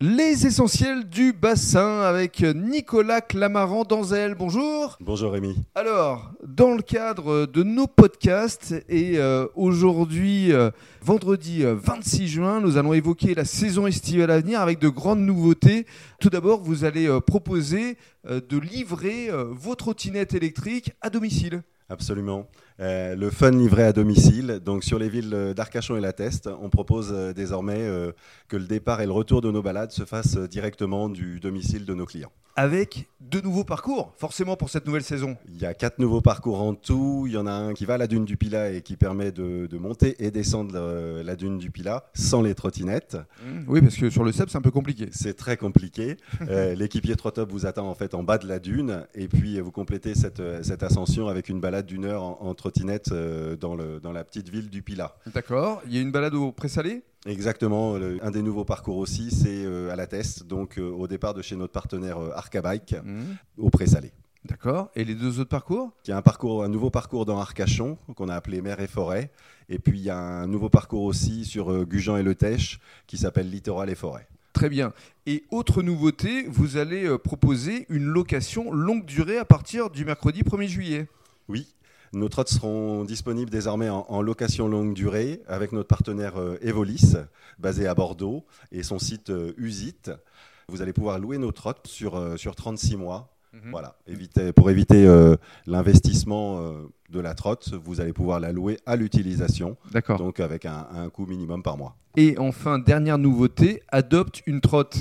Les essentiels du bassin avec Nicolas Clamaran-Danzel. Bonjour. Bonjour Rémi. Alors, dans le cadre de nos podcasts et euh, aujourd'hui, euh, vendredi euh, 26 juin, nous allons évoquer la saison estivale à venir avec de grandes nouveautés. Tout d'abord, vous allez euh, proposer euh, de livrer euh, vos trottinettes électriques à domicile. Absolument. Euh, le fun livré à domicile. Donc sur les villes euh, d'Arcachon et La Teste, on propose euh, désormais euh, que le départ et le retour de nos balades se fassent euh, directement du domicile de nos clients. Avec de nouveaux parcours, forcément pour cette nouvelle saison. Il y a quatre nouveaux parcours en tout. Il y en a un qui va à la dune du Pilat et qui permet de, de monter et descendre euh, la dune du Pilat sans les trottinettes. Oui, parce que sur le CEP, c'est un peu compliqué. C'est très compliqué. Euh, L'équipier Trois Top vous attend en fait en bas de la dune et puis euh, vous complétez cette, euh, cette ascension avec une balade d'une heure en, en trottinette euh, dans, le- dans la petite ville du Pilat. D'accord. Il y a une balade au présalé Exactement. le- un des nouveaux parcours aussi, c'est euh, à la test, donc euh, au départ de chez notre partenaire euh, Arcabike au Pré-Salé. D'accord. Et les deux autres parcours Il y a un, parcours, un nouveau parcours dans Arcachon qu'on a appelé Mer et Forêt. Et puis il y a un nouveau parcours aussi sur euh, Gujan et Le Tèche qui s'appelle Littoral et Forêt. Très bien. Et autre nouveauté, vous allez euh, proposer une location longue durée à partir du mercredi 1er juillet. Oui, nos trottes seront disponibles désormais en, en location longue durée avec notre partenaire euh, Evolis, basé à Bordeaux, et son site euh, Usit. Vous allez pouvoir louer nos trottes sur, euh, sur 36 mois. Mmh. Mhm. Voilà, éviter- pour éviter euh, l'investissement euh, de la trotte, vous allez pouvoir la louer à l'utilisation, D'accord. donc avec un, un coût minimum par mois. Et enfin, dernière nouveauté, adopte une trotte.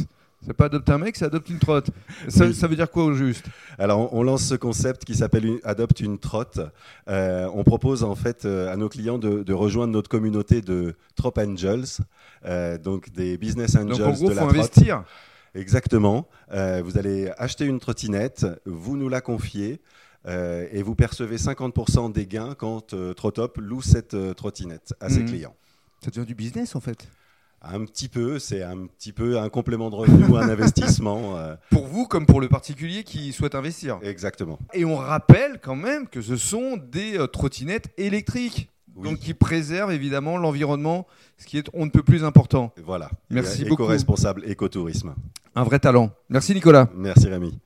C'est pas adopte un mec, c'est adopte une trotte. Ça, Oui. ça veut dire quoi au juste Alors, on, on lance ce concept qui s'appelle une- Adopte une trotte. Euh, on propose en fait euh, à nos clients de, de rejoindre notre communauté de Trop Angels, euh, donc des business angels Donc en gros, faut de la trotte. investir. Exactement. Euh, vous allez acheter une trottinette, vous nous la confiez euh, et vous percevez 50% des gains quand euh, Trotop loue cette euh, trottinette à ses Mhm. clients. Ça devient du business en fait. Un petit peu, c'est un petit peu un complément de revenu ou un investissement. euh, Pour vous comme pour le particulier qui souhaite investir. exactement. Et on rappelle quand même que ce sont des euh, trottinettes électriques. Oui. Donc qui préservent évidemment l'environnement, ce qui est on ne peut plus important. Voilà. Merci beaucoup. Éco-responsable, écotourisme. Un vrai talent. Merci Nicolas. Merci Rémi.